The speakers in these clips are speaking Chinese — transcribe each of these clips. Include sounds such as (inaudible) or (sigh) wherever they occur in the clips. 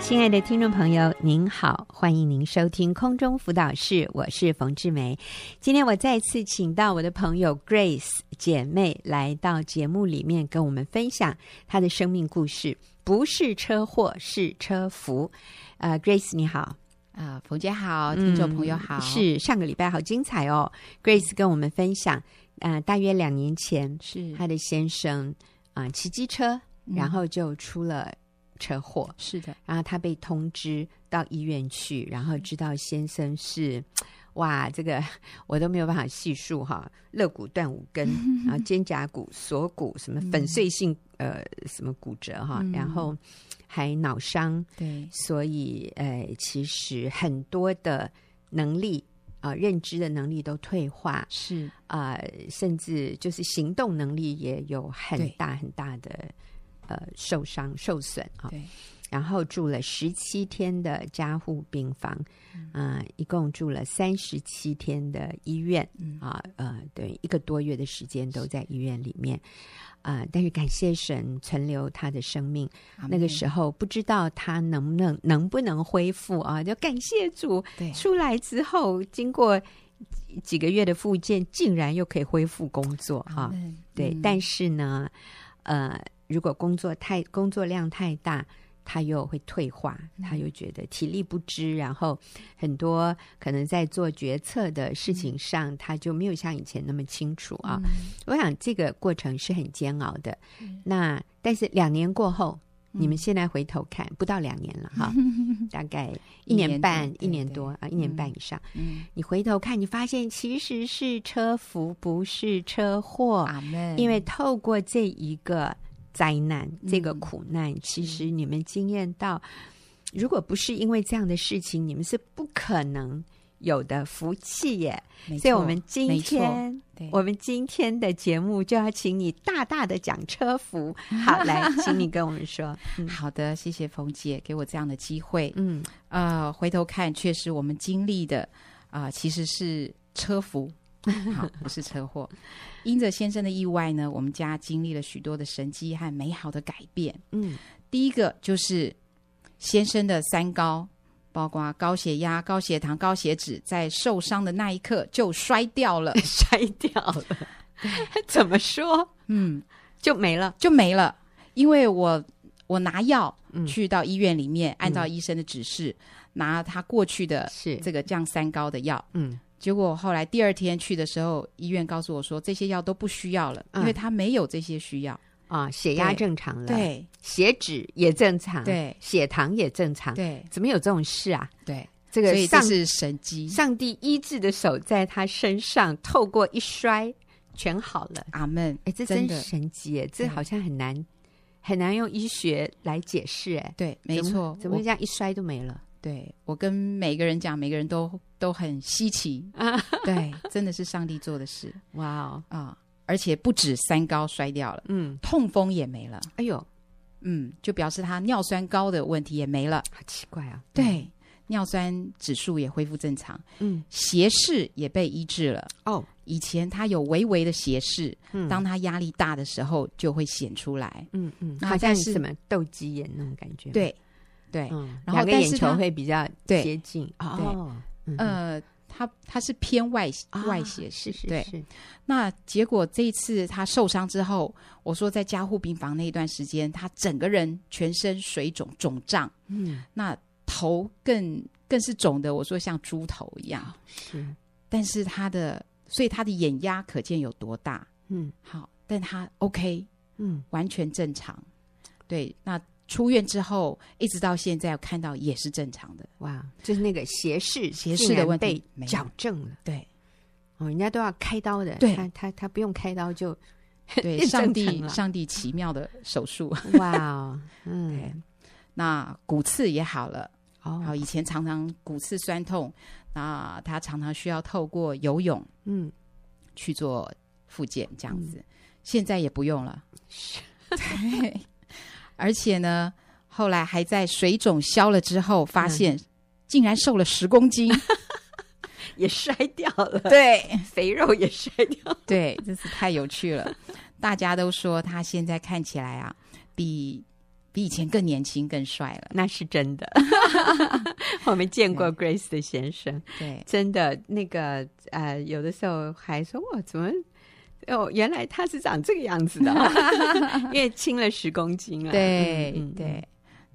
亲爱的听众朋友，您好，欢迎您收听空中辅导室，我是冯志梅。今天我再次请到我的朋友 Grace 姐妹来到节目里面，跟我们分享她的生命故事，不是车祸，是车福。呃，Grace 你好，啊，冯姐好，听众朋友好，嗯是上个礼拜好精彩哦，Grace 跟我们分享，呃，大约两年前，是嗯她的先生啊、呃骑机车，然后就出了车祸。是的，然后她被通知到医院去，然后知道先生是，哇，这个我都没有办法细数哈，肋骨断五根，然后肩胛骨、锁骨什么粉碎性、呃什么骨折哈，然后还脑伤，对，所以呃，其实很多的能力。啊、认知的能力都退化，是啊，甚至就是行动能力也有很对大很大的呃受伤受损啊。对，然后住了十七天的加护病房，嗯啊、一共住了三十七天的医院，嗯啊、呃，对，一个多月的时间都在医院里面，啊、但是感谢神存留他的生命。阿那个妹时候不知道他能不能能不能恢复啊，就感谢主，对出来之后经过几几个月的复健，竟然又可以恢复工作啊。嗯对，嗯但是呢，呃，如果工作太工作量太大，他又会退化，他又觉得体力不支，然后很多可能在做决策的事情上，他就没有像以前那么清楚啊。嗯我想这个过程是很煎熬的。那但是两年过后。嗯你们现在回头看，不到两年了哈，大概一一年年半、多一对年对多啊，一年半以上。嗯，你回头看，你发现其实是车福，不是车祸。阿妹，因为透过这一个灾难、嗯这个苦难，其实你们经验到，如果不是因为这样的事情，你们是不可能有的福气耶。没所以，错我们今没错天。对我们今天的节目就要请你大大的讲车 (laughs) 福，好，来，请你跟我们说，好的，谢谢冯姐给我这样的机会。嗯，呃，回头看，确实我们经历的啊、其实是车福。好，不是车祸。因着先生的意外呢，我们家经历了许多的神迹和美好的改变。嗯，，第一个就是先生的三高，包括高血压、高血糖、高血脂，在受伤的那一刻就摔掉了 (laughs) 筛掉了，怎么说嗯，就没 (laughs) 了，就没了。因为我我拿药嗯去到医院里面，按照医生的指示、拿他过去的是这个降三高的药。嗯，结果后来第二天去的时候，医院告诉我说这些药都不需要了，嗯因为他没有这些需要。啊，血压对正常了，，对血脂也正常，对血糖也正常，对怎么有这种事啊？对，这所个以这上是神机。上帝医治的手在他身上，透过一摔，全好了。阿门。哎，这真真的神奇耶！这对好像很难很难用医学来解释哎。对，没怎么错，怎我么会这样一摔就没了？对我跟每个人讲，每个人都都很稀奇啊对，真的是上帝做的事哇哦，啊、而且不止三高摔掉了，嗯，痛风也没了，哎呦，嗯，就表示他尿酸高的问题也没了，好奇怪啊！，对，尿酸指数也恢复正常，嗯，斜视也被医治了。哦，以前他有微微的斜视，当他压力大的时候就会显出来，嗯嗯，那好像但是什么斗鸡眼那种感觉。，对，对，嗯，然后两个但眼是球它会比较对接近。哦，嗯呃，他他是偏外啊外斜视，是是呃对。是，那结果这一次他受伤之后，我说在加护病房那一段时间，他整个人全身水肿肿胀，嗯那头更更是肿的，我说像猪头一样。是，但是他的，所以他的眼压可见有多大。嗯好，但他 OK，嗯，完全正常。对，那出院之后一直到现在，看到也是正常的。哇，就是那个斜视斜竟视的然问题被没有矫正了。对哦，人家都要开刀的，对他他他不用开刀就 (laughs) 对，变上正帝常了上帝奇妙的手术，哇哦， (laughs) 对嗯，那骨刺也好了。好，哦，以前常常骨刺酸痛，那他常常需要透过游泳嗯，去做复健，这样子，现在也不用了。 (laughs) 对，而且呢，后来还在水肿消了之后，发现竟然瘦了十公斤。 (laughs) 也摔掉了， (laughs) 对肥肉也摔掉， (laughs) 对，真是太有趣了。大家都说他现在看起来啊，比比以前更年轻、更帅了。 (laughs) 那是真的。 (laughs) 我没见过 Grace 的先生，对，真的那个呃，有的时候还说哇，怎么哦，原来他是长这个样子的哦， (laughs) 因为轻了十公斤了。对嗯，对，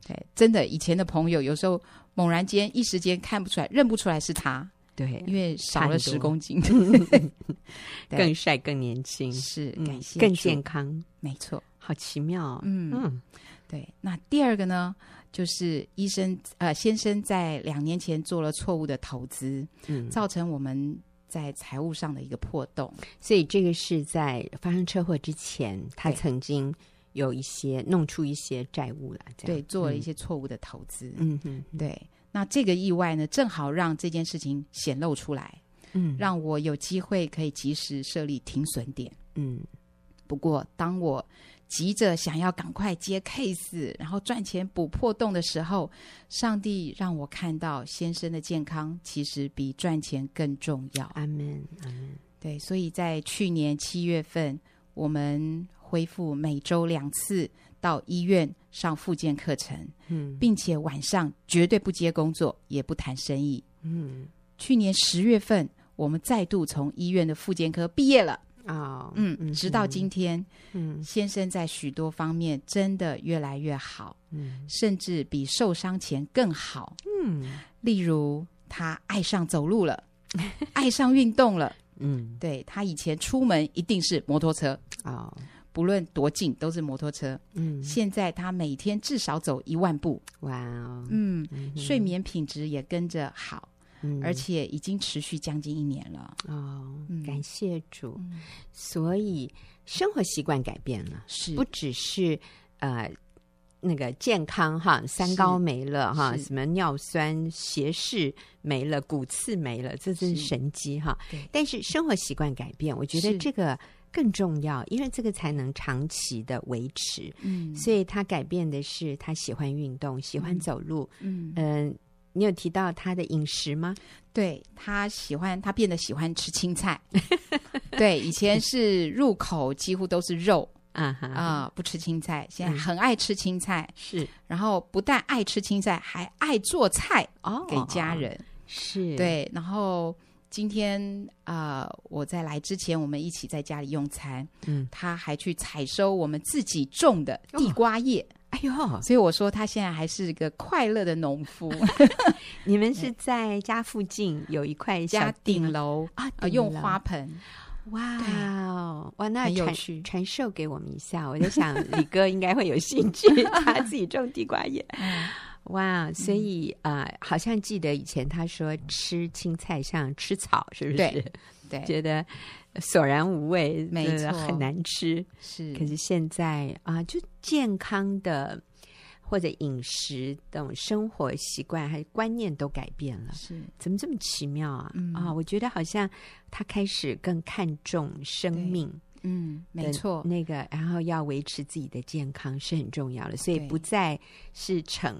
对，真的，以前的朋友有时候猛然间一时间看不出来、认不出来是他，对，因为少差了很十多公斤。 (laughs) 对更帅、更年轻，是，嗯感谢更主健，康，没错。好奇妙哦。嗯嗯对，那第二个呢，就是医生呃先生在两年前做了错误的投资，嗯，造成我们在财务上的一个破洞。所以这个是在发生车祸之前，他对曾经有一些弄出一些债务来，这样对，做了一嗯些错误的投资。嗯嗯对，那这个意外呢，正好让这件事情显露出来，嗯，让我有机会可以及时设立停损点。嗯不过，当我急着想要赶快接 case，然后赚钱补破洞的时候，上帝让我看到先生的健康其实比赚钱更重要。阿门阿门，对，所以在去年七月份，我们恢复每周两次到医院上复健课程，嗯并且晚上绝对不接工作，也不谈生意。嗯去年十月份，我们再度从医院的复健科毕业了。哦嗯，直到今天，嗯先生在许多方面真的越来越好，嗯甚至比受伤前更好。嗯例如，他爱上走路 (laughs) 了，爱上运动了。嗯对他以前出门一定是摩托车，哦不论多近都是摩托车。嗯现在他每天至少走一万步，哇哦，嗯，嗯哼睡眠品质也跟着好，嗯而且已经持续将近一年了。哦嗯，感谢主，嗯所以生活习惯改变了。是不只是呃那个健康哈，三高没了哈，是什么尿酸、斜视没了，骨刺没了，这真是是神机哈对。但是生活习惯改变，我觉得是这个更重要，因为这个才能长期的维持。嗯所以他改变的是他喜欢运动，喜欢走路。嗯，嗯、你有提到他的饮食吗？对他喜欢，他变得喜欢吃青菜。 (laughs) 对，以前是入口几乎都是肉啊哈，啊、不吃青菜，现在嗯很爱吃青菜，是然后不但爱吃青菜，还爱做菜哦，给家人。是，对，然后今天啊、呃我在来之前，我们一起在家里用餐，嗯，哦他还去采收我们自己种的地瓜叶，哎呦，所以我说他现在还是个快乐的农夫，你们是在家附近有一块 (laughs) 小家地吗顶楼。啊，呃，顶用楼花盆哇哦，哇，那很有传趣传授给我们一下，我在想李哥应该会有兴趣，他自己种地瓜 (laughs) 叶。嗯哇，所以啊、呃好像记得以前他说吃青菜像吃草，是不 (laughs) 对是？对，觉得索然无味，没呃错嗯很难吃。是，可是现在啊、就健康的或者饮食这种生活习惯还有观念都改变了。是怎么这么奇妙啊？嗯啊，我觉得好像他开始更看重生对命，嗯，没错，那个，然后要维持自己的健康是很重要的，所以对不再是逞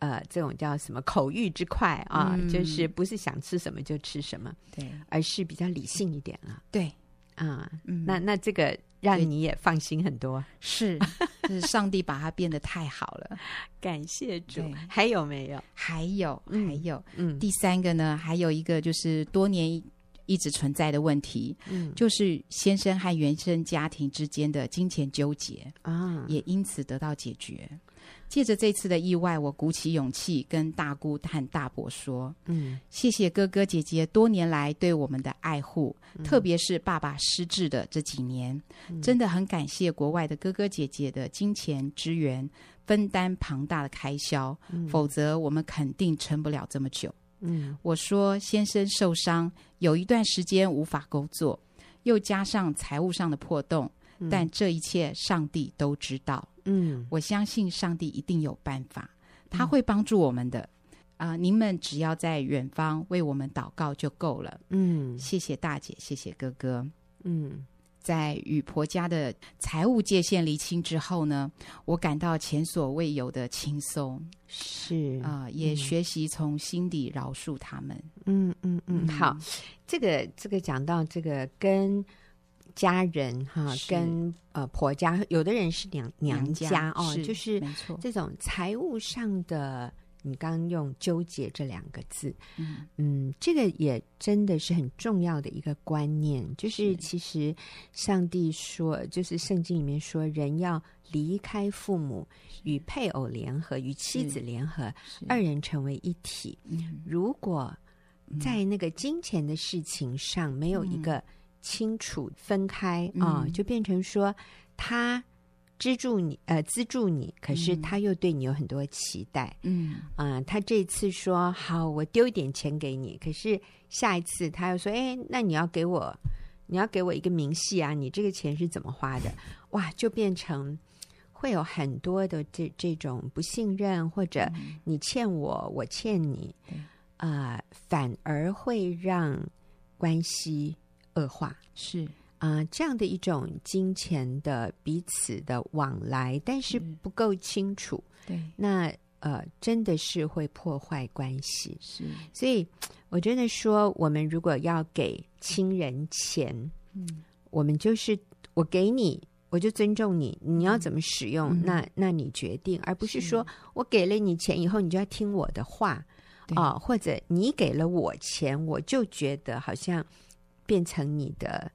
呃这种叫什么口欲之快啊，嗯就是不是想吃什么就吃什么，对而是比较理性一点了对，啊。嗯，那那这个让对你也放心很多，是就是上帝把他变得太好了。感谢主对。还有没有？还有嗯还有嗯第三个呢，还有一个就是多年一一直存在的问题，嗯就是先生和原生家庭之间的金钱纠结，啊，也因此得到解决。借着这次的意外，我鼓起勇气跟大姑和大伯说嗯：“谢谢哥哥姐姐多年来对我们的爱护，特别是爸爸失智的这几年，真的很感谢国外的哥哥姐姐的金钱支援，分担庞大的开销，否则我们肯定撑不了这么久。”嗯我说先生受伤，有一段时间无法工作，又加上财务上的破洞，但这一切上帝都知道。嗯我相信上帝一定有办法，他会帮助我们的。啊、您们只要在远方为我们祷告就够了。嗯谢谢大姐，谢谢哥哥。嗯在与婆家的财务界限厘清之后呢，我感到前所未有的轻松是啊、也嗯学习从心底饶恕他们。嗯嗯嗯，好嗯，，这个这个讲到这个跟家人哈、是跟呃婆家，有的人是娘娘家哦，是就是没错，这种财务上的，你刚刚用“纠结”这两个字，嗯嗯，这个也真的是很重要的一个观念，就是是其实上帝说，就是圣经里面说，人要离开父母，与配偶联合，与妻是子联合，是二人成为一体。嗯如果在那个金钱的事情上没有一个清楚分开嗯啊、就变成说他资助你，呃，资助你，可是嗯他又对你有很多期待嗯啊、他这一次说好，我丢一点钱给你，可是下一次他又说，哎，那你要给我，你要给我一个明细啊，你这个钱是怎么花的？哇，就变成会有很多的这这种不信任或者嗯你欠我，我欠你对，啊、反而会让关系恶化是啊、这样的一种金钱的彼此的往来，但是是不够清楚，对那呃，真的是会破坏关系。是所以，我真的说，我们如果要给亲人钱，嗯我们就是我给你，我就尊重你，你要怎么使用，嗯那那你决定，而不是是说我给了你钱以后，你就要听我的话对啊、或者你给了我钱，我就觉得好像变成你的 (laughs)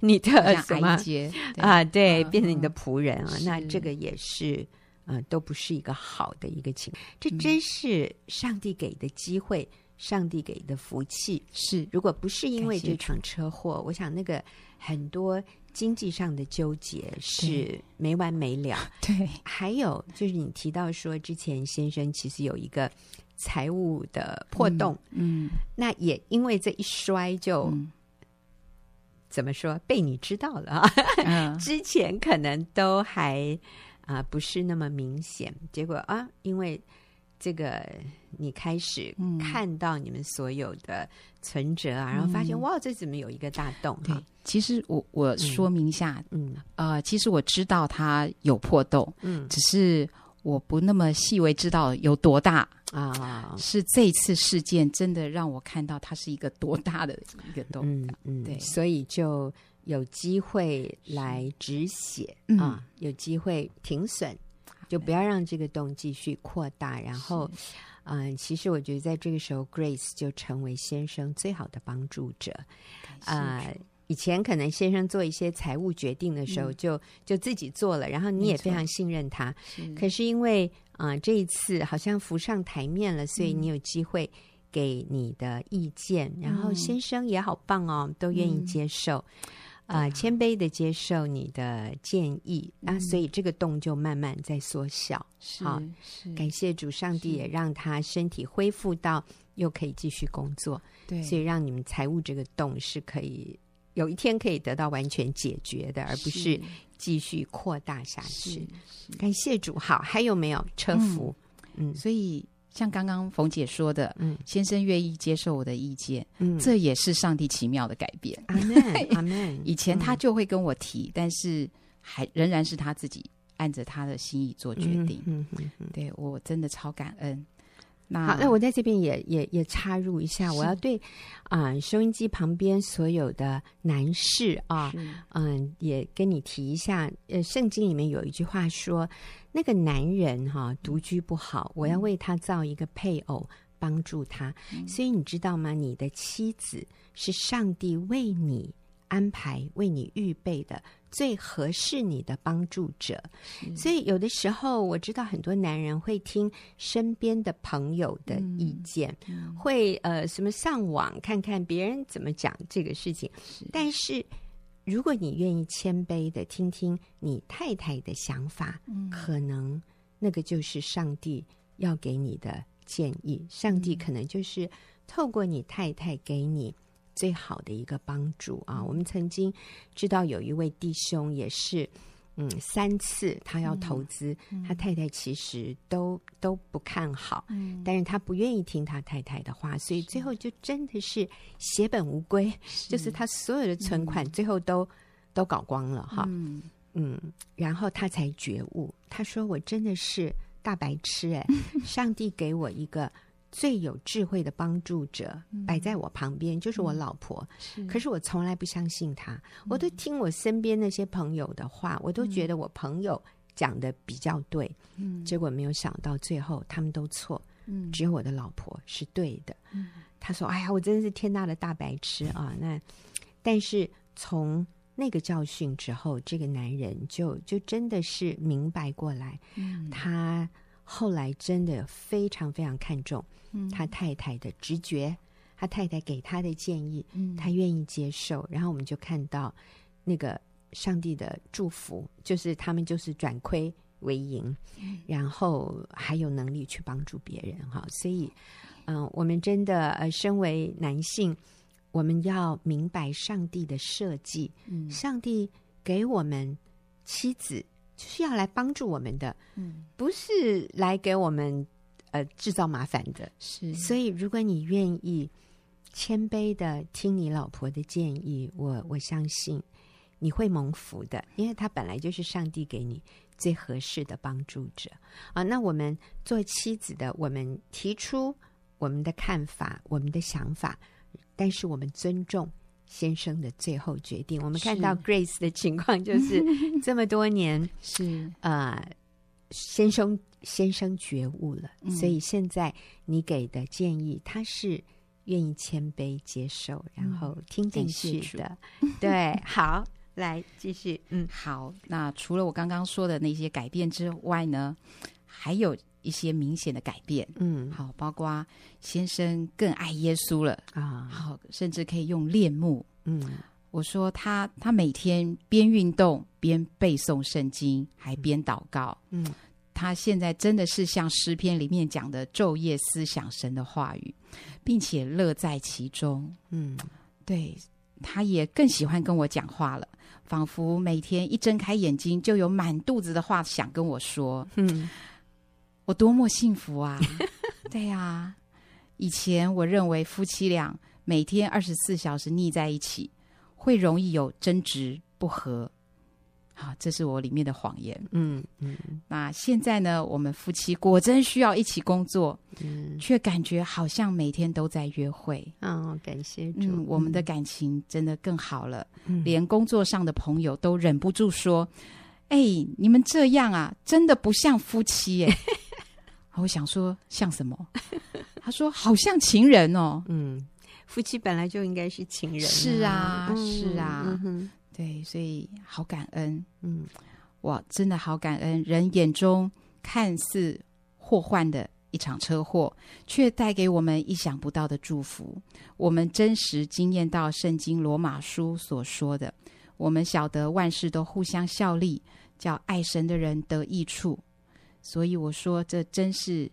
你的像呃什阿么姨姐对啊？对，嗯变成你的仆人啊，是那这个也是。嗯，都不是一个好的一个情，这嗯真是上帝给的机会，上帝给的福气，是如果不是因为感谢这场车祸，我想那个很多经济上的纠结是没完没了。 (laughs) 对还有就是你提到说，之前先生其实有一个财务的破洞，嗯那也因为这一摔就、嗯怎么说被你知道了啊？嗯之前可能都还啊、不是那么明显，结果啊，因为这个你开始嗯看到你们所有的存折啊，然后发现、嗯哇，这怎么有一个大洞哈、对，其实我我说明一下，嗯呃，其实我知道它有破洞，嗯只是我不那么细微知道有多大。啊，是这一次事件真的让我看到它是一个多大的一个洞。嗯嗯，对所以就有机会来止血嗯啊，有机会停损，就不要让这个洞继续扩大。然后，嗯、其实我觉得在这个时候，Grace 就成为先生最好的帮助者啊。感谢主以前可能先生做一些财务决定的时候嗯就，就自己做了，然后你也没错非常信任他，是可是因为啊、呃这一次好像浮上台面了，所以你有机会给你的意见，然后嗯先生也好棒哦，都愿意接受。啊、对啊谦卑的接受你的建议、啊，嗯所以这个洞就慢慢在缩小。是好是感谢主，上帝嗯是也让他身体恢复到又可以继续工作，对所以让你们财务这个洞是可以有一天可以得到完全解决的，而不是继续扩大下是去。是感谢主，好，还有没有车服？嗯所以像刚刚冯姐说的，嗯先生愿意接受我的意见，嗯，这也是上帝奇妙的改变。 (laughs) 阿门阿门。以嗯前他就会跟我提，但是还仍然是他自己按着他的心意做决定。嗯嗯嗯对我真的超感恩。那好，那我在这边也也也插入一下，是我要对啊、收音机旁边所有的男士啊，是嗯，也跟你提一下，呃，圣经里面有一句话说，那个男人哈、独居不好，我要为他造一个配偶。帮助他，所以你知道吗？你的妻子是上帝为你安排、为你预备的最合适你的帮助者。是所以有的时候，我知道很多男人会听身边的朋友的意见，会呃什么上网看看别人怎么讲这个事情。但是，如果你愿意谦卑的听听你太太的想法，嗯可能那个就是上帝要给你的建议。上帝可能就是透过你太太给你最好的一个帮助嗯啊。我们曾经知道有一位弟兄也是。嗯，三次他要投资，他太太其实都都不看好，嗯但是他不愿意听他太太的话，所以最后就真的是血本无归，就是他所有的存款最后都、都搞光了哈。嗯嗯，然后他才 (laughs) 觉悟，他说：“我真的是大白痴哎、上帝给我一个最有智慧的帮助者嗯摆在我旁边，就是我老婆。是可是我从来不相信嗯他，我都听我身边那些朋友的话，我都觉得我朋友讲的比较对。嗯结果没有想到，最后他们都错，嗯只有我的老婆是对的。嗯他说：“哎呀，我真是天大的大白痴啊！”那但是从那个教训之后，这个男人就就真的是明白过来，嗯他后来真的非常非常看重嗯他太太的直觉，他太太给他的建议，嗯他愿意接受，然后我们就看到那个上帝的祝福，就是他们就是转亏为盈，嗯然后还有能力去帮助别人哈。所以，嗯、我们真的呃，身为男性，我们要明白上帝的设计，嗯上帝给我们妻子就是要来帮助我们的，嗯不是来给我们呃制造麻烦的。是所以，如果你愿意谦卑的听你老婆的建议，我我相信你会蒙福的，因为她本来就是上帝给你最合适的帮助者啊。那我们做妻子的，我们提出我们的看法、我们的想法，但是我们尊重。先生的最后决定，我们看到是 Grace 的情况就是这么多年，是呃，先生先生觉悟了，嗯所以现在你给的建议，他是愿意谦卑接受，然后听进去的。对，好，来继续，嗯好。那除了我刚刚说的那些改变之外呢，还有一些明显的改变。嗯，好，包括先生更爱耶稣了，啊，好，甚至可以用恋慕。嗯我说他他每天边运动边背诵圣经，还边祷告。嗯他现在真的是像诗篇里面讲的，昼夜思想神的话语，并且乐在其中。嗯对，他也更喜欢跟我讲话了，仿佛每天一睁开眼睛就有满肚子的话想跟我说。嗯我多么幸福啊！ (laughs) 对呀、以前我认为夫妻俩每天二十四小时腻在一起，会容易有争执不和。好、这是我里面的谎言。嗯嗯那现在呢？我们夫妻果真需要一起工作，嗯，却感觉好像每天都在约会。哦，感谢主，嗯，我们的感情真的更好了，嗯连工作上的朋友都忍不住说：“哎、你们这样啊，真的不像夫妻耶、我想说像什么？他说好像情人哦。嗯，夫妻本来就应该是情人，是啊是啊嗯哼对，所以好感恩，嗯哇，真的好感恩。人眼中看似祸患的一场车祸，却带给我们意想不到的祝福。我们真实经验到圣经罗马书所说的，我们晓得万事都互相效力，叫爱神的人得益处。所以我说，这真是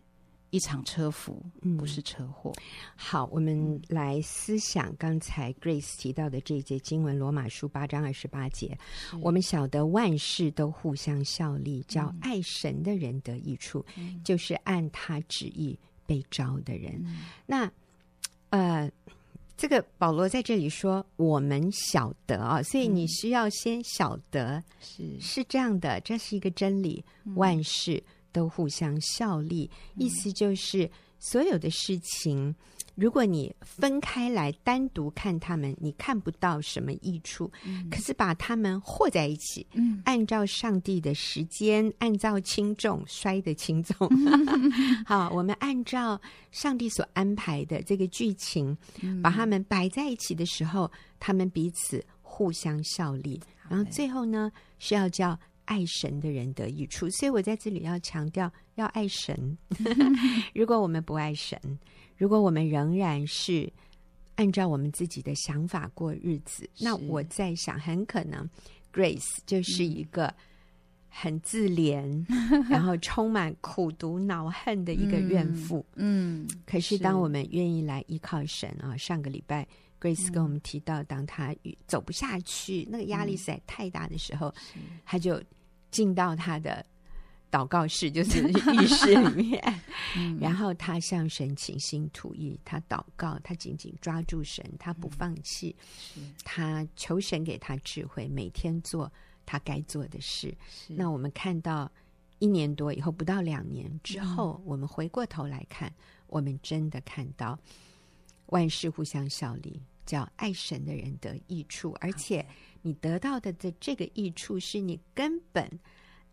一场车福，嗯不是车祸。好，我们来思想刚才 Grace 提到的这一节经文，《罗马书》八章二十八节。我们晓得万事都互相效力，叫爱神的人得益处，嗯就是按他旨意被招的人。嗯那呃，这个保罗在这里说，我们晓得啊、所以你需要先晓得、是是这样的，这是一个真理，万事都互相效力，意思就是所有的事情。如果你分开来单独看他们，你看不到什么益处。可是把他们和在一起，嗯按照上帝的时间，按照轻重摔得轻重。 (laughs) 好，我们按照上帝所安排的这个剧情，把他们摆在一起的时候，他们彼此互相效力，然后最后呢是要叫。爱神的人得益处，所以我在这里要强调，要爱神。如果我们不爱神，如果我们仍然是按照我们自己的想法过日子，是那我在想，很可能 Grace 就是一个很自怜，然后充满苦毒恼恨的一个怨妇。嗯，可是，是当我们愿意来依靠神啊，上个礼拜 Grace 跟我们提到，当他走不下去，那个压力实在太大的时候，他就进到他的祷告室，就是浴室里面，嗯然后他向神倾心吐意，他祷告，他紧紧抓住神，他不放弃，他求神给他智慧，每天做他该做的事。是那我们看到一年多以后，不到两年之嗯后，我们回过头来看，我们真的看到万事互相效力，叫爱神的人得益处，而且你得到的的这个益处是你根本。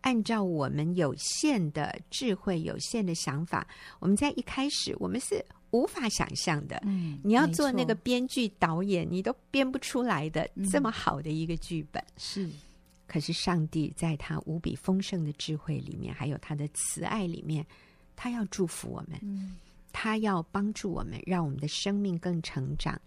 按照我们有限的智慧、有限的想法，我们在一开始我们是无法想象的。嗯你要没做那错个编剧、导演，你都编不出来的嗯这么好的一个剧本。是可是上帝在他无比丰盛的智慧里面，还有他的慈爱里面，他要祝福我们，嗯他要帮助我们，让我们的生命更成长，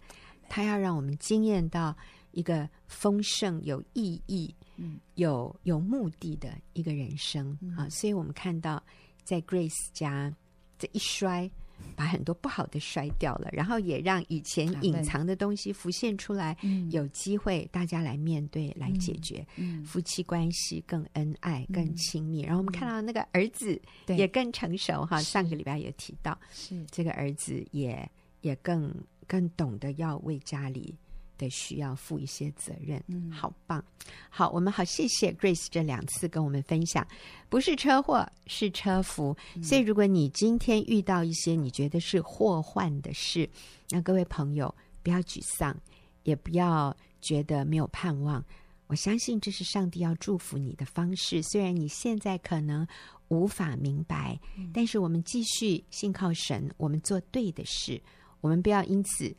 他要让我们惊艳到一个丰盛、有意义、嗯有有目的的一个人生、嗯啊。所以我们看到，在 Grace 家这一摔，把很多不好的摔掉了，然后也让以前啊隐对藏的东西浮现出来，嗯有机会大家来面对、来解嗯决。嗯夫妻关系更恩爱、嗯更亲密。然后我们看到那个儿子对也更成熟哈，是上个礼拜也提到，是这个儿子也也更更懂得要为家里的需要负一些责任。嗯好棒！好，我们好谢谢 Grace 这两次跟我们分享，不是车祸是车福。所以，如果你今天遇到一些你觉得是祸患的事，那各位朋友不要沮丧，也不要觉得没有盼望。我相信这是上帝要祝福你的方式，虽然你现在可能无法明白，但是我们继续信靠神，我们做对的事，我们不要因此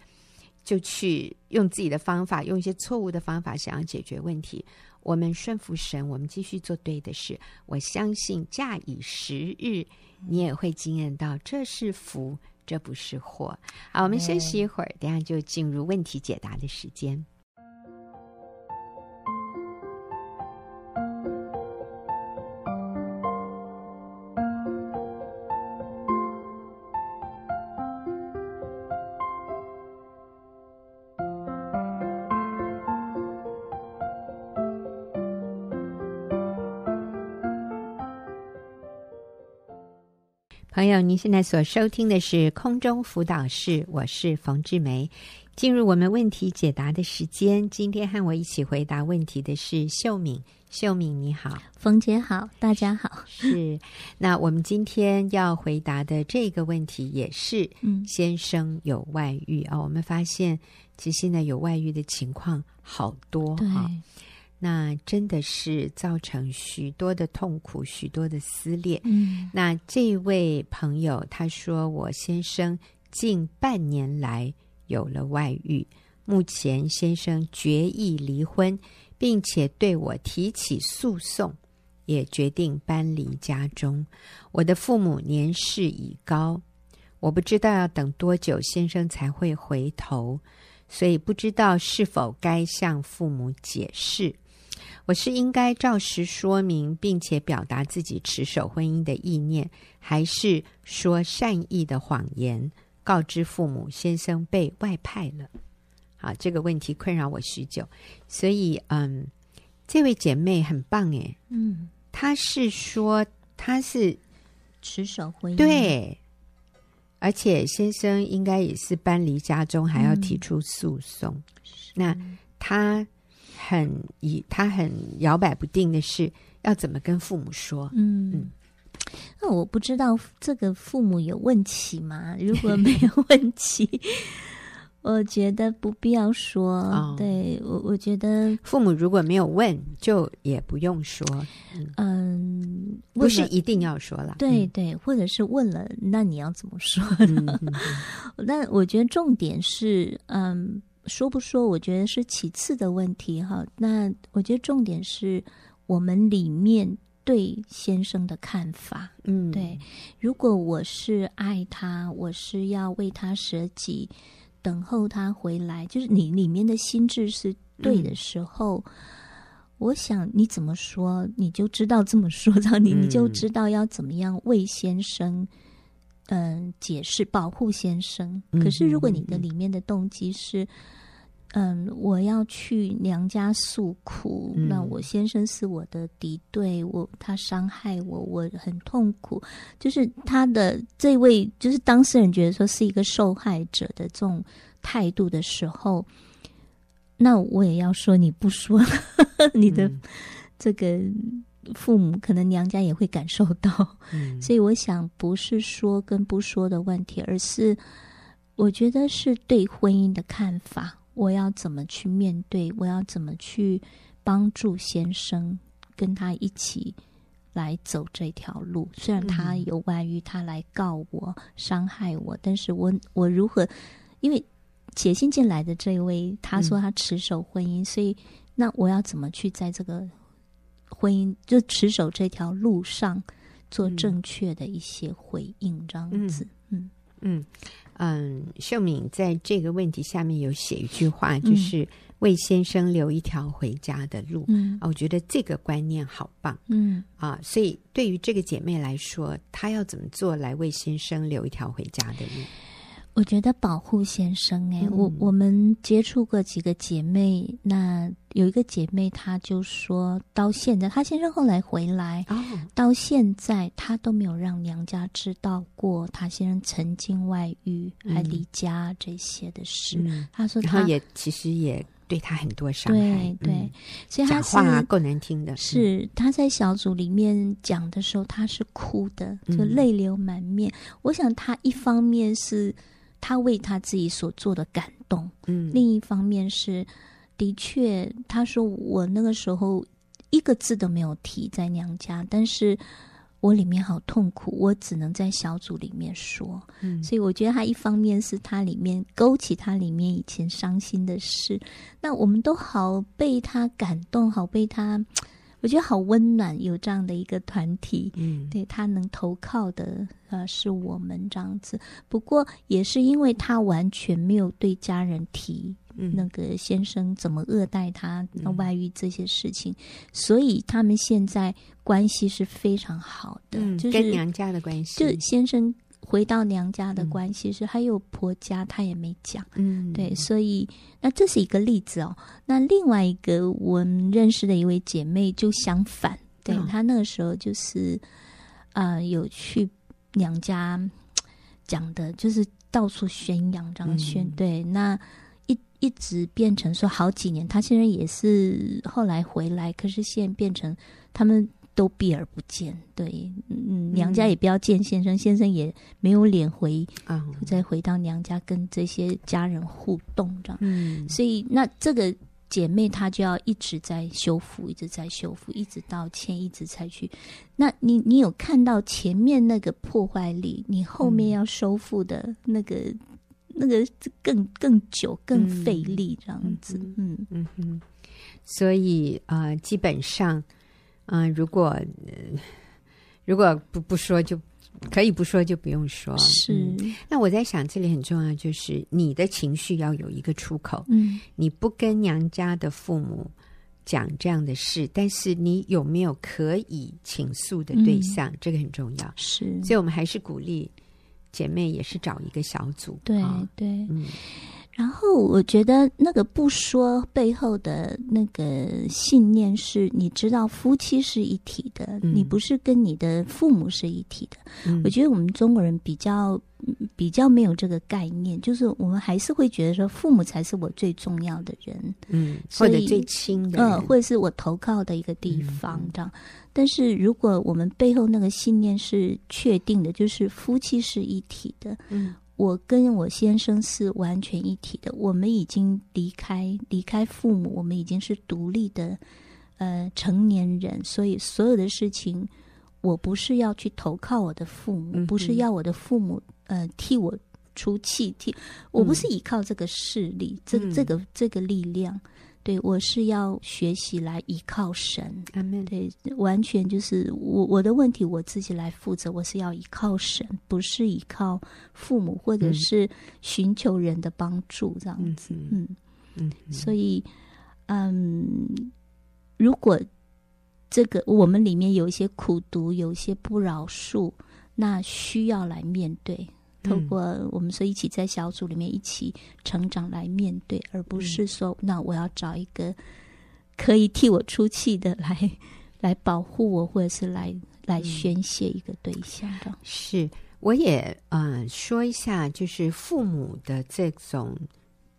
就去用自己的方法，用一些错误的方法想要解决问题。我们顺服神，我们继续做对的事。我相信假以时日，你也会惊艳到，这是福，这不是祸。好，我们休息一会儿，等一下就进入问题解答的时间。朋友，您现在所收听的是空中辅导室，我是冯志梅。进入我们问题解答的时间，今天和我一起回答问题的是秀敏。秀敏，你 (laughs) 好，冯姐好，大家好。是。那我们今天要回答的这个问题也是嗯，先生有外遇啊、我们发现，其实现在有外遇的情况好多对，啊、那真的是造成许多的痛苦，许多的撕裂。嗯那这位朋友他说，我先生近半年来有了外遇，目前先生决意离婚，并且对我提起诉讼，也决定搬离家中。我的父母年事已高，我不知道要等多久先生才会回头，所以不知道是否该向父母解释。我是应该照实说明，并且表达自己持守婚姻的意念，还是说善意的谎言，告知父母先生被外派了？好，这个问题困扰我许久，所以嗯，这位姐妹很棒诶，嗯，她是说她是持守婚姻，，对，而且先生应该也是搬离家中，还要提嗯出诉讼。那他很以他很摇摆不定的是，要怎么跟父母说？嗯嗯。那我不知道这个父母有问题 (laughs) 吗？如果没有问题， (laughs) 我觉得不必要说。哦对我，我觉得，父母如果没有问，就也不用说，嗯，不问是了一定要说了。对对，或者是问了，那你要怎么说？嗯，嗯嗯 (laughs) 那我觉得重点是，嗯，说不说，我觉得是其次的问题哈。那我觉得重点是我们里面对先生的看法。嗯，对，如果我是爱他，我是要为他舍己，等候他回来，就是你里面的心智是对嗯的时候。我想你怎么说，你就知道这么说到你，你就嗯知道要怎么样为先生，嗯、解释保护先生。可是如果你嗯的嗯嗯里面的动机是，嗯，我要去娘家诉苦，嗯那我先生是我的敌对，我他伤害我，我很痛苦。就是他的这位，就是当事人觉得说是一个受害者的这种态度的时候， (laughs) 那我也要说你不说你的嗯这个父母可能娘家也会感受到，嗯所以我想不是说跟不说的问题，而是我觉得是对婚姻的看法，我要怎么去面对，我要怎么去帮助先生跟他一起来走这条路。虽然他嗯有外遇，他来告我伤害我，但是我我如何？因为写信进来的这一位，他说他持守婚姻，所以那我要怎么去在这个婚姻就持守这条路上做嗯正确的一些回应，这样子，嗯嗯嗯，秀敏在这个问题下面有写一句话，就嗯是为先生留一条回家的路。嗯啊，我觉得这个观念好棒嗯啊！所以对于这个姐妹来说，她要怎么做来为先生留一条回家的路？我觉得保护先生、欸，哎、嗯我我们接触过几个姐妹，那有一个姐妹她就说到现在，她先生后来回来，哦，到现在她都没有让娘家知道过她先生曾经外遇、嗯还离家这些的事。嗯，她说然她后也其实也对她很多伤害，对对，嗯所以她讲是、话啊够难听的，嗯是她在小组里面讲的时候，她是哭的，嗯就泪流满面。我想她一方面是她为她自己所做的感动。嗯，另一方面是，的确，他说我那个时候一个字都没有提在娘家，但是我里面好痛苦，我只能在小组里面说。嗯所以我觉得他一方面是他里面勾起他里面以前伤心的事，那我们都好被他感动，好被他，我觉得好温暖，有这样的一个团体。嗯对他能投靠的呃是我们这样子，不过也是因为他完全没有对家人提嗯那个先生怎么恶待他、那嗯外遇这些事情，所以他们现在关系是非常好的，嗯就跟是娘家的关系，就先生回到娘家的嗯关系是，还有婆家他也没讲。嗯对，所以那这是一个例子哦。那另外一个我们认识的一位姐妹就相反，对、嗯她那个时候就是，呃，有去娘家讲的，就是到处宣扬这样宣、嗯对那。一一直变成说好几年，她现在也是后来回来，可是现在变成他们都避而不见，对，嗯，娘家嗯也不要见先生，先生也没有脸回啊，再回到娘家跟这些家人互动这样。嗯所以那这个姐妹她就要一直在修复，一直在修复，一直道歉，一直才去。那你你有看到前面那个破坏力，你后嗯面要修复的那个、那个更更久、更嗯费力这样子。嗯嗯哼，所以呃，基本上，嗯、如果、呃如果不不说就可以不说，就不用说。是嗯，那我在想，这里很重要，就是你的情绪要有一个出口。嗯你不跟娘家的父母讲这样的事，但是你有没有可以倾诉的对嗯象，这个很重要。是，所以我们还是鼓励姐妹也是找一个小组。对啊对。嗯然后我觉得那个不说背后的那个信念是，你知道夫妻是一体的，嗯你不是跟你的父母是一体的。嗯我觉得我们中国人比较嗯比较没有这个概念，就是我们还是会觉得说父母才是我最重要的人，嗯，或所者以最亲的人，呃，或者是我投靠的一个地方嗯这样。但是如果我们背后那个信念是确定的，就是夫妻是一体的，嗯我跟我先生是完全一体的，我们已经离开离开父母，我们已经是独立的呃成年人，所以所有的事情，我不是要去投靠我的父母，嗯哼不是要我的父母呃替我出气，替我不是依靠这个势力，这嗯这个这个力量，对我是要学习来依靠神，阿门。对，完全就是我我的问题我自己来负责，我是要依靠神，不是依靠父母或者嗯是寻求人的帮助这样嗯子。嗯嗯，嗯，所以，嗯，如果这个我们里面有一些苦毒，有一些不饶恕，那需要来面对。透嗯过我们说一起在小组里面一起成长来面对，而嗯不是说那我要找一个可以替我出气的来来保护我，或者是来来嗯宣泄一个对象的。是，我也嗯、呃说一下，就是父母的这种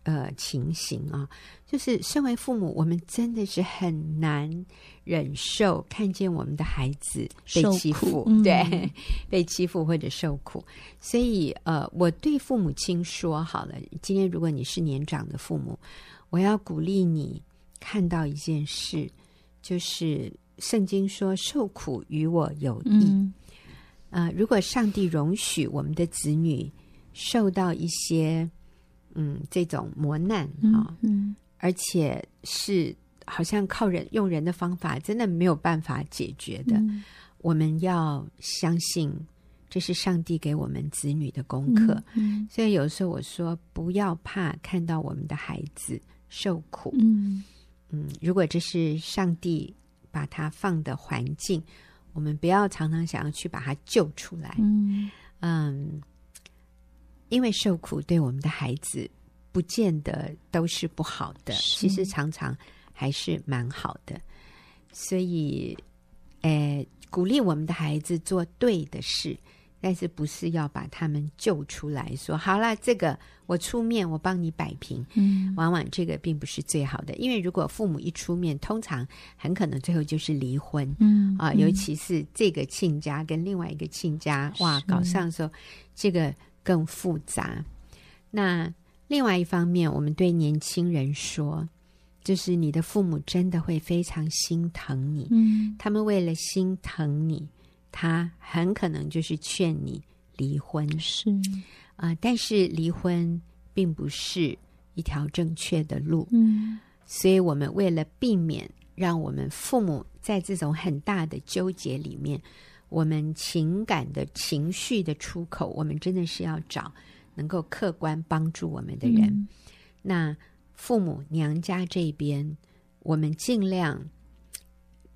呃情形啊，就是身为父母，我们真的是很难忍受看见我们的孩子被受欺苦负，嗯对， (laughs) 被欺负或者受苦。所以呃，我对父母亲说好了，今天如果你是年长的父母，我要鼓励你看到一件事，就是圣经说“受苦与我有益”嗯呃，如果上帝容许我们的子女受到一些嗯这种磨难啊、嗯嗯而且是好像靠人用人的方法，真的没有办法解决的，嗯我们要相信这是上帝给我们子女的功课。嗯所以有时候我说，不要怕看到我们的孩子受苦，嗯嗯，如果这是上帝把他放的环境，我们不要常常想要去把他救出来。嗯嗯，因为受苦对我们的孩子不见得都是不好的，是其实常常还是蛮好的。所以，呃，鼓励我们的孩子做对的事，但是不是要把他们救出来说好了，这个我出面，我帮你摆平。嗯往往这个并不是最好的，因为如果父母一出面，通常很可能最后就是离婚。嗯啊，尤其是这个亲家跟另外一个亲家，哇是，搞上的时候，这个更复杂。那另外一方面，我们对年轻人说，就是你的父母真的会非常心疼你，嗯他们为了心疼你，他很可能就是劝你离婚是啊、但是离婚并不是一条正确的路，嗯所以我们为了避免让我们父母在这种很大的纠结里面，我们情感的情绪的出口，我们真的是要找能够客观帮助我们的人。嗯那父母娘家这边，我们尽量，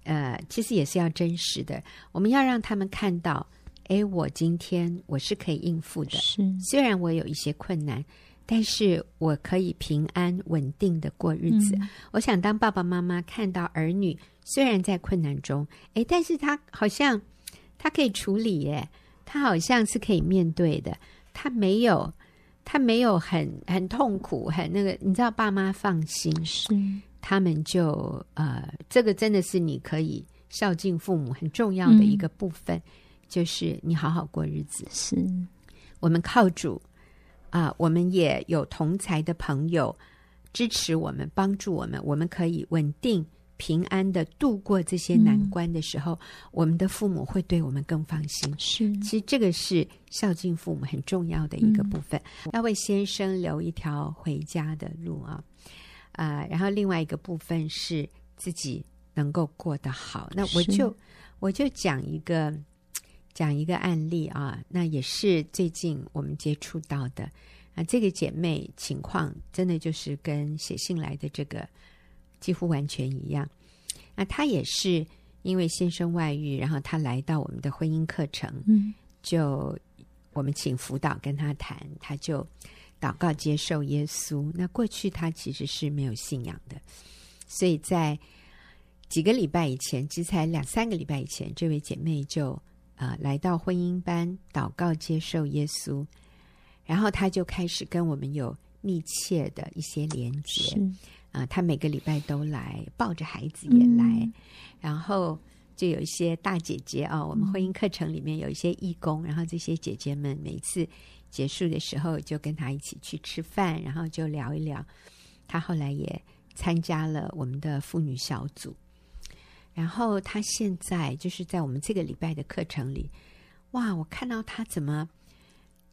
呃，其实也是要真实的，我们要让他们看到，诶，我今天我是可以应付的，是虽然我有一些困难，但是我可以平安稳定的过日子。嗯我想，当爸爸妈妈看到儿女虽然在困难中，诶，但是他好像他可以处理耶，他好像是可以面对的，他没有。他没有很很痛苦，很那个，你知道，爸妈放心，是他们就呃，这个真的是你可以孝敬父母很重要的一个部分，就是你好好过日子。是我们靠主啊、我们也有同才的朋友支持我们、帮助我们，我们可以稳定、平安的度过这些难关的时候，我们的父母会对我们更放心。是其实这个是孝敬父母很重要的一个部分，要为先生留一条回家的路啊啊、然后另外一个部分是自己能够过得好。那我是就我就讲一个讲一个案例啊，那也是最近我们接触到的啊，这个姐妹情况真的就是跟写信来的这个几乎完全一样。那她也是因为先生外遇，然后她来到我们的婚姻课程，嗯就我们请辅导跟他谈，他就祷告接受耶稣。那过去他其实是没有信仰的，所以在几个礼拜以前，其实才两三个礼拜以前，这位姐妹就呃来到婚姻班祷告接受耶稣，然后她就开始跟我们有密切的一些连接。是啊，他每个礼拜都来，抱着孩子也来，嗯然后就有一些大姐姐啊、我们婚姻课程里面有一些义工，然后这些姐姐们每次结束的时候就跟他一起去吃饭，然后就聊一聊。他后来也参加了我们的妇女小组，然后他现在就是在我们这个礼拜的课程里，哇，我看到他怎么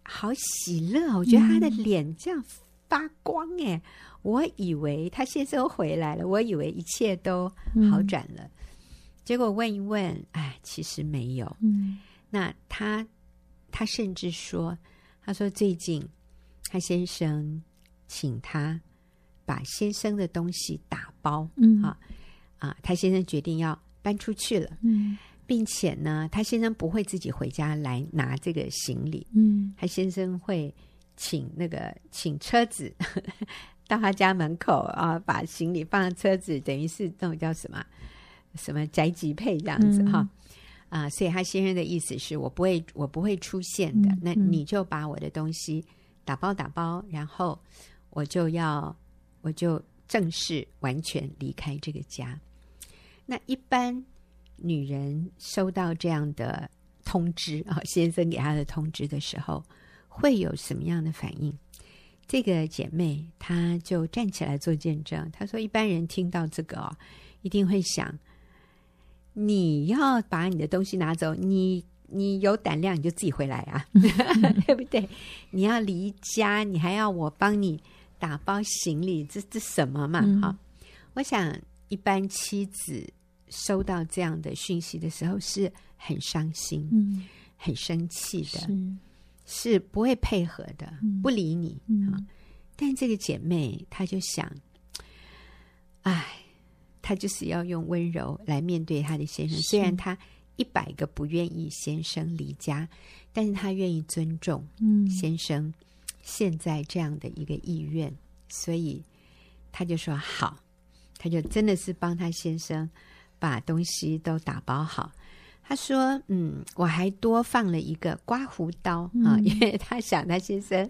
好喜乐哦，我觉得他的脸这样发光哎、我以为他先生回来了，我以为一切都好转了，结果问一问，哎，其实没有。嗯那他他甚至说，他说最近他先生请他把先生的东西打包嗯啊啊，他先生决定要搬出去了，嗯并且呢，他先生不会自己回家来拿这个行李，嗯他先生会请那个请车子到他家门口啊，把行李放在车子，等于是那种叫什么什么宅急配这样子哈。嗯啊，所以他先生的意思是我不会，我不会出现的。嗯那嗯你就把我的东西打包打包，然后我就要我就正式完全离开这个家。那一般女人收到这样的通知啊、先生给她的通知的时候，会有什么样的反应？这个姐妹她就站起来做见证，她说：“一般人听到这个哦，一定会想，你要把你的东西拿走，你你有胆量你就自己回来啊，对不对？你要离家，你还要我帮你打包行李，这这什么嘛？嗯哈、我想一般妻子收到这样的讯息的时候是很伤心、嗯，很生气的，是，是不会配合的，嗯不理你啊、嗯但这个姐妹她就想，哎，她就是要用温柔来面对她的先生。是虽然她一百个不愿意先生离家，但是她愿意尊重嗯，先生现在这样的一个意愿，所以她就说好，她就真的是帮她先生把东西都打包好。她说：“嗯，我还多放了一个刮胡刀啊、嗯因为她想她先生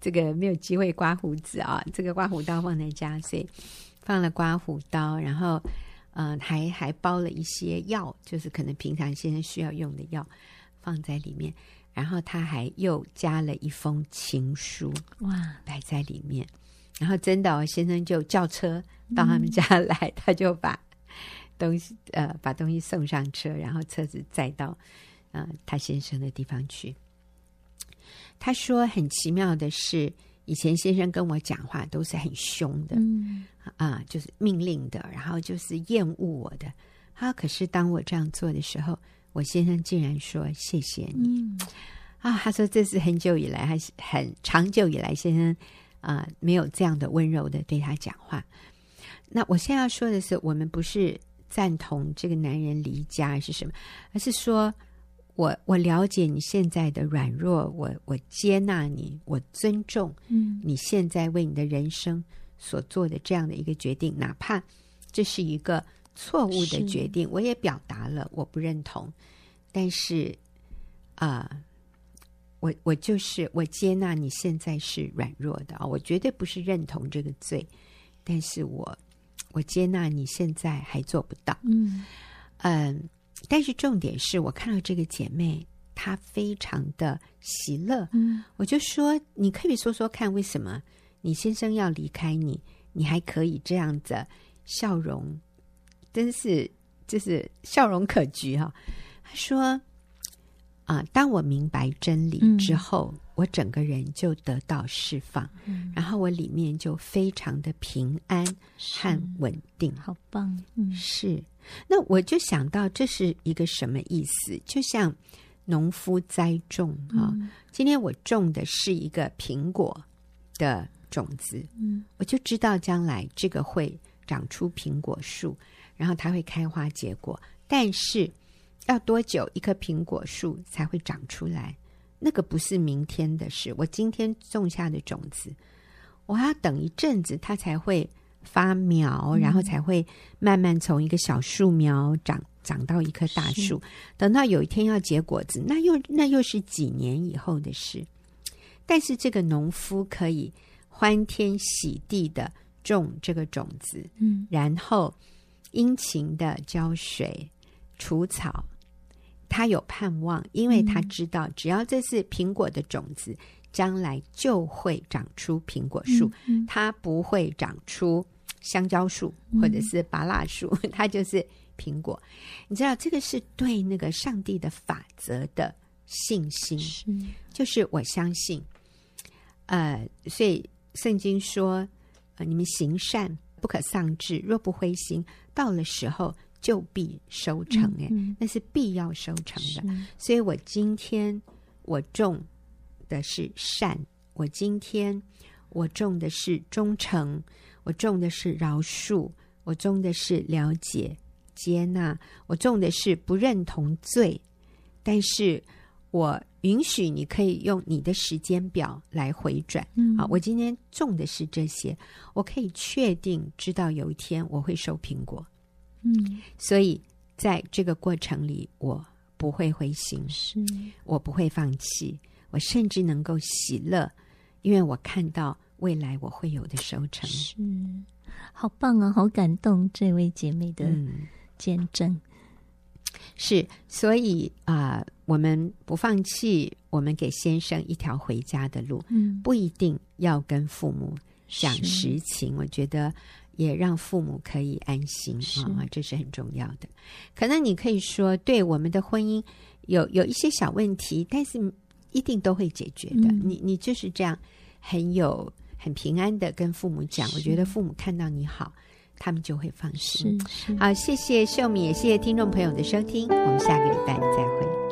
这个没有机会刮胡子啊，这个刮胡刀放在家，所以放了刮胡刀，然后嗯、呃还还包了一些药，就是可能平常先生需要用的药放在里面，然后她还又加了一封情书哇，摆在里面，然后真的、哦，先生就叫车到他们家来，他就把东西呃把东西送上车，然后车子载到呃他先生的地方去。他说很奇妙的是，以前先生跟我讲话都是很凶的嗯啊、就是命令的，然后就是厌恶我的。他、可是当我这样做的时候，我先生竟然说谢谢你。嗯啊，他说这是很久以来，还是很长久以来，先生啊、没有这样的温柔的对他讲话。那我现在要说的是，我们不是赞同这个男人离家还是什么，而是说我我了解你现在的软弱，我我接纳你，我尊重嗯你现在为你的人生所做的这样的一个决定，哪怕这是一个错误的是决定，我也表达了我不认同，但是啊、我我就是我接纳你现在是软弱的啊、我绝对不是认同这个罪，但是我我接纳你现在还做不到，嗯嗯，但是重点是我看到这个姐妹她非常的喜乐，嗯我就说，你可以说说看，为什么你先生要离开你，你还可以这样子笑容，真是就是笑容可掬哈、他说：“啊、当我明白真理嗯之后，我整个人就得到释放，嗯然后我里面就非常的平安是和稳定。”好棒，嗯是，那我就想到这是一个什么意思？就像农夫栽种啊、嗯今天我种的是一个苹果的种子，嗯，我就知道将来这个会长出苹果树，然后它会开花结果。但是要多久一棵苹果树才会长出来？那个不是明天的事，我今天种下的种子，我还要等一阵子它才会发苗，然嗯后才会慢慢从一个小树苗长长到一棵大是树。等到有一天要结果子，那又那又是几年以后的事。但是这个农夫可以欢天喜地的种这个种子，嗯然后殷勤的浇水、除草。他有盼望，因为嗯他知道，只要这是苹果的种子，将来就会长出苹果树。嗯它不会长出香蕉树或者是芭蜡树， (laughs) 它就是苹果。你知道，这个是对那个上帝的法则的信心，是就是我相信。呃，所以圣经说，呃，你们行善不可丧志，若不灰心，到了时候就必收成。哎、嗯那是必要收成的。是所以我今天我种的是善，我今天我种的是忠诚，我种的是饶恕，我种的是了解、接纳，我种的是不认同罪，但是我允许你可以用你的时间表来回转。嗯啊，我今天种的是这些，我可以确定知道有一天我会收苹果，嗯所以在这个过程里，我不会灰心。是我不会放弃，我甚至能够喜乐，因为我看到未来我会有的收成。是，好棒啊，好感动这位姐妹的嗯，见证。是，所以啊、我们不放弃，我们给先生一条回家的路，嗯，不一定要跟父母讲是实情，我觉得也让父母可以安心是啊、这是很重要的。可能你可以说，对我们的婚姻有有一些小问题，但是一定都会解决的。嗯你你就是这样很有很平安的跟父母讲，我是觉得父母看到你好，他们就会放是心。是。好，谢谢秀敏，也谢谢听众朋友的收听，我们下个礼拜再会。